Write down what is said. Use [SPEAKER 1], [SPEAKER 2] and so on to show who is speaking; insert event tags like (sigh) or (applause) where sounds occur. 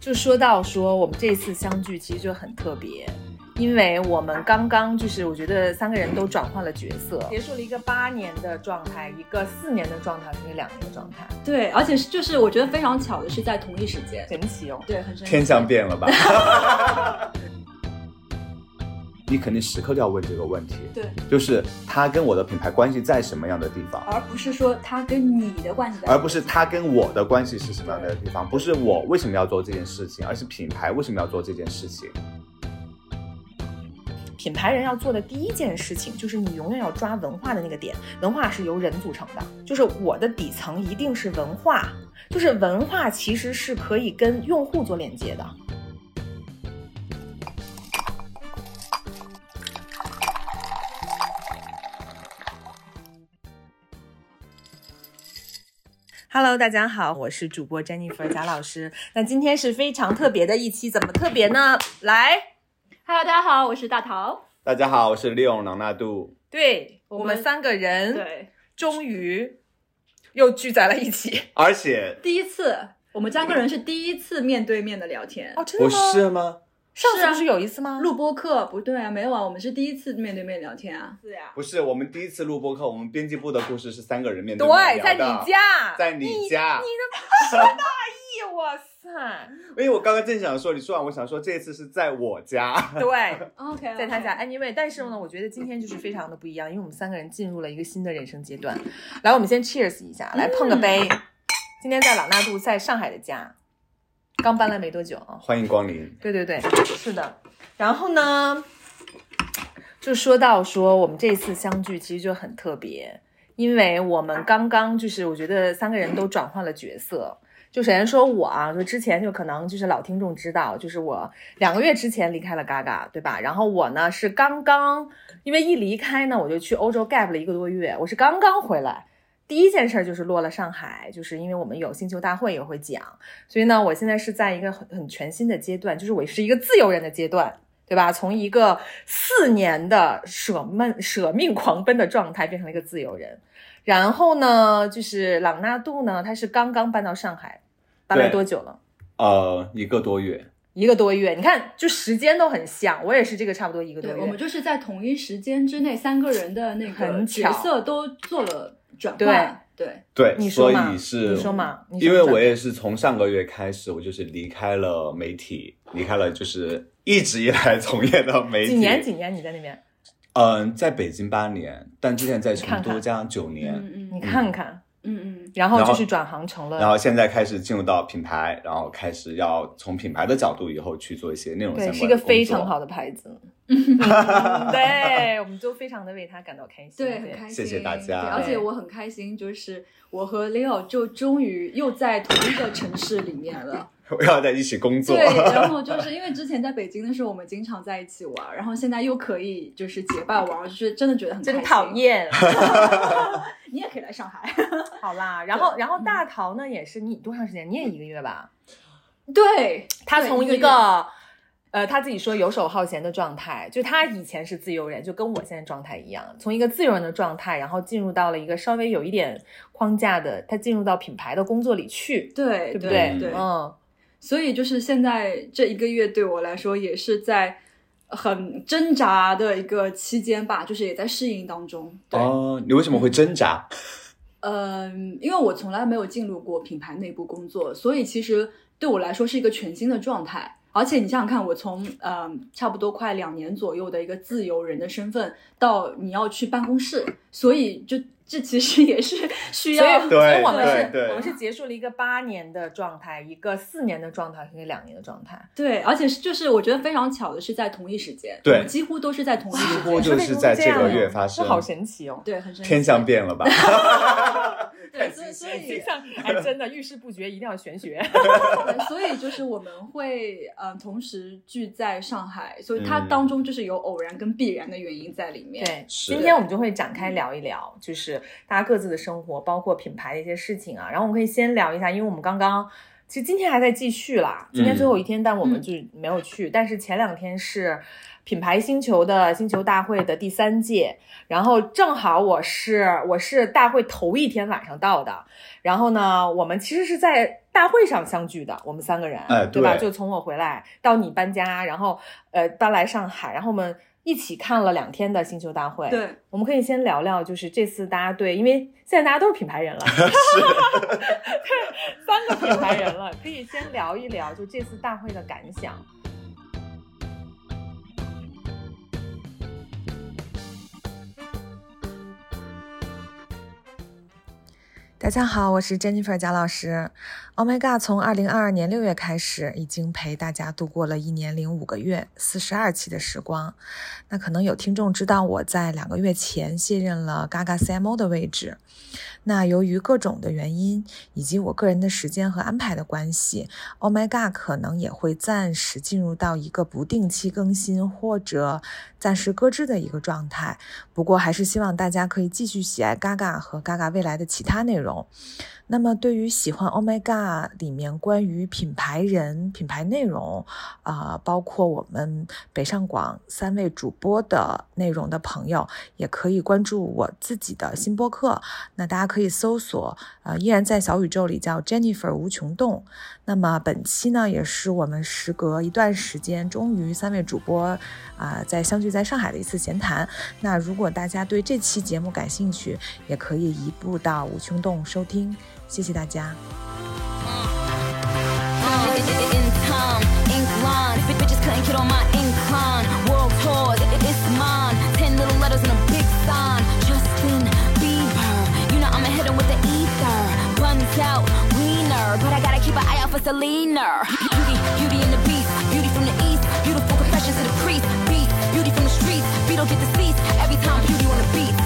[SPEAKER 1] 就说到说我们这次相聚其实就很特别，因为我们刚刚就是我觉得三个人都转换了角色，结束了一个八年的状态，一个四年的状态和一个两年的状态，
[SPEAKER 2] 对，而且是就是我觉得非常巧的是在同一时间，
[SPEAKER 1] 神奇哦。
[SPEAKER 2] 对，很神奇。
[SPEAKER 3] 天象变了吧？
[SPEAKER 1] (laughs)
[SPEAKER 3] 你肯定时刻都要问这个问题，
[SPEAKER 2] 对，
[SPEAKER 3] 就是他跟我的品牌关系在什么样的地方，
[SPEAKER 2] 而不是说他跟你的关系在，
[SPEAKER 3] 而不是他跟我的关系是什么样的地方，不是我为什么要做这件事情，而是品牌为什么要做这件事情。
[SPEAKER 1] 品牌人要做的第一件事情就是你永远要抓文化的那个点，文化是由人组成的，就是我的底层一定是文化，就是文化其实是可以跟用户做连接的。Hello，大家好，我是主播 Jennifer 贾老师。那今天是非常特别的一期，怎么特别呢？来，
[SPEAKER 2] Hello，大家好，我是大桃。
[SPEAKER 3] 大家好，我是利用朗纳度，
[SPEAKER 1] 对我
[SPEAKER 2] 我
[SPEAKER 1] 们
[SPEAKER 2] 们
[SPEAKER 1] 三个人
[SPEAKER 2] 对，
[SPEAKER 1] 终于又聚在了一起。
[SPEAKER 3] 而且
[SPEAKER 2] 第一次我们三个人是第一次面对面的聊天，
[SPEAKER 1] 哦，真的
[SPEAKER 3] 不
[SPEAKER 1] 吗？
[SPEAKER 3] 是吗？
[SPEAKER 1] 上
[SPEAKER 2] 是
[SPEAKER 1] 次
[SPEAKER 2] 啊
[SPEAKER 1] 不是有一次吗？
[SPEAKER 2] 录播课不对啊，没有啊，我们是第一次面对面聊天啊。是呀、
[SPEAKER 3] 不是，我们第一次录播课，我们编辑部的故事是三个人面对面
[SPEAKER 1] 对，
[SPEAKER 3] 聊
[SPEAKER 1] 在
[SPEAKER 3] 的
[SPEAKER 1] 你，家，
[SPEAKER 3] 在你家，
[SPEAKER 1] 你的，哇
[SPEAKER 3] (laughs)
[SPEAKER 1] 塞，
[SPEAKER 3] 因为我刚刚正想说，你说完，我想说这次是在我家，
[SPEAKER 1] 对，
[SPEAKER 2] o k
[SPEAKER 1] 在他家。Anyway，但是呢，我觉得今天就是非常的不一样，因为我们三个人进入了一个新的人生阶段。来，我们先 Cheers 一下，来
[SPEAKER 2] 嗯
[SPEAKER 1] 碰个杯。今天在朗纳度，在上海的家，刚搬来没多久啊。
[SPEAKER 3] 欢迎光临。
[SPEAKER 1] 对对对，是的。然后呢，就说到说我们这次相聚其实就很特别，因为我们刚刚就是我觉得三个人都转换了角色。就首先说我啊，就之前就可能就是老听众知道，就是我两个月之前离开了 Gaga，对吧？然后我呢是刚刚，因为一离开呢，我就去欧洲 gap 了一个多月，我是刚刚回来，第一件事儿就是落了上海，就是因为我们有星球大会也会讲，所以呢，我现在是在一个很很全新的阶段，就是我是一个自由人的阶段，对吧？从一个四年的舍闷舍命狂奔的状态，变成了一个自由人。然后呢，就是朗纳度呢，他是刚刚搬到上海，搬来
[SPEAKER 3] 对
[SPEAKER 1] 多久了？
[SPEAKER 3] 呃，一个多月，
[SPEAKER 1] 一个多月。你看，就时间都很像，我也是这个差不多一个多
[SPEAKER 2] 对，
[SPEAKER 1] 月。
[SPEAKER 2] 我们就是在同一时间之内，三个人的那个
[SPEAKER 1] 很
[SPEAKER 2] 角
[SPEAKER 1] 巧
[SPEAKER 2] 色都做了转换。对，
[SPEAKER 3] 对，
[SPEAKER 1] 你
[SPEAKER 3] 所
[SPEAKER 1] 说嘛
[SPEAKER 3] 以是
[SPEAKER 1] 你说嘛你说
[SPEAKER 3] 因为
[SPEAKER 1] 嘛
[SPEAKER 3] 我也是从上个月开始，我就是离开了媒体，离开了就是一直以来从业的媒体。
[SPEAKER 1] 几年？几年你在那边？
[SPEAKER 3] 嗯，在北京八年，但之前在成
[SPEAKER 1] 你看
[SPEAKER 3] 都
[SPEAKER 1] 看
[SPEAKER 3] 这样九年，
[SPEAKER 2] 嗯
[SPEAKER 1] 你
[SPEAKER 2] 嗯
[SPEAKER 1] 看看，
[SPEAKER 2] 嗯嗯，
[SPEAKER 1] 然后
[SPEAKER 3] 然后
[SPEAKER 1] 就是转行成
[SPEAKER 3] 然
[SPEAKER 1] 了。
[SPEAKER 3] 后现在开始进入到品牌，然后开始要从品牌的角度以后去做一些内容相关
[SPEAKER 1] 对，
[SPEAKER 3] 的
[SPEAKER 1] 是一个非
[SPEAKER 3] 工作
[SPEAKER 1] 常好的牌
[SPEAKER 2] (laughs)
[SPEAKER 1] 子，嗯对，我们都非常的为他感到开心。
[SPEAKER 2] 对，很开心，
[SPEAKER 3] 谢谢大家
[SPEAKER 2] 对，而且
[SPEAKER 1] 对
[SPEAKER 2] 我很开心，就是我和 Leo 就终于又在同一个城市里面了。
[SPEAKER 3] (laughs) (laughs) 我要在一起工作
[SPEAKER 2] 对，，然后就是因为之前在北京的时候，我们经常在一起玩，然后现在又可以就是结伴玩，就是真的觉得很开
[SPEAKER 1] 真
[SPEAKER 2] 心。
[SPEAKER 1] 讨，
[SPEAKER 2] (laughs)
[SPEAKER 1] 厌。
[SPEAKER 2] 你也可以来上海。 (laughs)
[SPEAKER 1] 好啦，然后
[SPEAKER 2] 嗯
[SPEAKER 1] 然后大桃呢也是，你多长时间？你也一个月吧？
[SPEAKER 2] 对，
[SPEAKER 1] 他从
[SPEAKER 2] 一个
[SPEAKER 1] 一个。呃，他自己说游手好闲的状态，就他以前是自由人，就跟我现在状态一样，从一个自由人的状态，然后进入到了一个稍微有一点框架的，他进入到品牌的工作里去，
[SPEAKER 2] 对
[SPEAKER 1] 对不
[SPEAKER 2] 对
[SPEAKER 3] 对
[SPEAKER 1] 嗯，
[SPEAKER 2] 所以就是现在这一个月对我来说也是在很挣扎的一个期间吧，就是也在适应当中。对，
[SPEAKER 3] 哦，你为什么会挣扎？
[SPEAKER 2] 嗯，因为我从来没有进入过品牌内部工作，所以其实对我来说是一个全新的状态。而且你想想看，我从呃差不多快两年左右的一个自由人的身份，到你要去办公室，所以就这其实也是 (laughs) 需
[SPEAKER 1] 所以，
[SPEAKER 2] 要
[SPEAKER 1] 所以我们
[SPEAKER 3] 对
[SPEAKER 1] 是，
[SPEAKER 3] 对
[SPEAKER 1] 我们是结束了一个八年的状态，一个四年的状态和一个两年的状态。
[SPEAKER 2] 对，而且是就是我觉得非常巧的是在同一时间，
[SPEAKER 3] 对
[SPEAKER 2] 我们几乎都是在同一
[SPEAKER 3] (laughs)
[SPEAKER 2] 时
[SPEAKER 3] 乎
[SPEAKER 2] 间，
[SPEAKER 3] 就
[SPEAKER 1] 说不定
[SPEAKER 3] 是在
[SPEAKER 1] 这
[SPEAKER 3] 这
[SPEAKER 1] 样
[SPEAKER 3] 个
[SPEAKER 1] 呀
[SPEAKER 3] 月发生
[SPEAKER 1] 这好神奇哦！ (laughs)
[SPEAKER 2] 对，很神奇。
[SPEAKER 3] 天象变了吧？
[SPEAKER 2] 对，所以所以
[SPEAKER 1] 这像哎，真的遇事不决，一定要玄学。
[SPEAKER 2] (laughs) 对，所以就是我们会呃同时聚在上海，所以它
[SPEAKER 3] 嗯
[SPEAKER 2] 当中就是有偶然跟必然的原因在里面。
[SPEAKER 1] 对，
[SPEAKER 3] 是
[SPEAKER 1] 今天我们就会展开聊一聊，就是大家各自的生活，包括品牌的一些事情啊。然后我们可以先聊一下，因为我们刚刚其实今天还在继续啦，今天
[SPEAKER 3] 嗯
[SPEAKER 1] 最后一天，但我们就没有去。但是前两天是品牌星球的星球大会的第三届，然后正好我是我是大会头一天晚上到的，然后呢，我们其实是在。大会上相聚的，我们三个人，
[SPEAKER 3] 哎
[SPEAKER 1] 对吧？
[SPEAKER 3] 对
[SPEAKER 1] 就从我回来到你搬家，然后呃搬来上海，然后我们一起看了两天的星球大会。，
[SPEAKER 2] 对，
[SPEAKER 1] 我们可以先聊聊，就是这次大家对，因为现在大家都是品牌人了， (laughs) 三个品牌人了，可以先聊一聊，就这次大会的感想。大家好，我是 Jennifer 贾老师。Oh my god！从二零二二年六月开始，已经陪大家度过了一年零五个月、四十二期的时光。那可能有听众知道，我在两个月前卸任了 Gaga CMO 的位置。那由于各种的原因，以及我个人的时间和安排的关系，Oh My God 可能也会暂时进入到一个不定期更新或者暂时搁置的一个状态。不过，还是希望大家可以继续喜爱 Gaga 和 Gaga 未来的其他内容。那么，对于喜欢 Oh My God 里面关于品牌人、品牌内容，啊、包括我们北上广三位主播的内容的朋友，也可以关注我自己的新播客。那大家可以搜索，呃，依然在小宇宙里叫 Jennifer 无穷动。那么本期呢，也是我们时隔一段时间，终于三位主播啊、在相聚在上海的一次闲谈。那如果大家对这期节目感兴趣，也可以移步到无穷动收听。谢谢大家。
[SPEAKER 4] in time, ink line. Bi- Bitches couldn't get on my incline. World tour, it- it- it's mine. Ten little letters and a big sign. Justin Bieber, you know I'ma hit him with the ether. Guns out, wiener, but I gotta keep an eye out for Selena. Beauty, beauty and the beast, beauty from the east, beautiful confessions to the priest. Beat, beauty from the streets, beat don't get deceased every time beauty on the beat.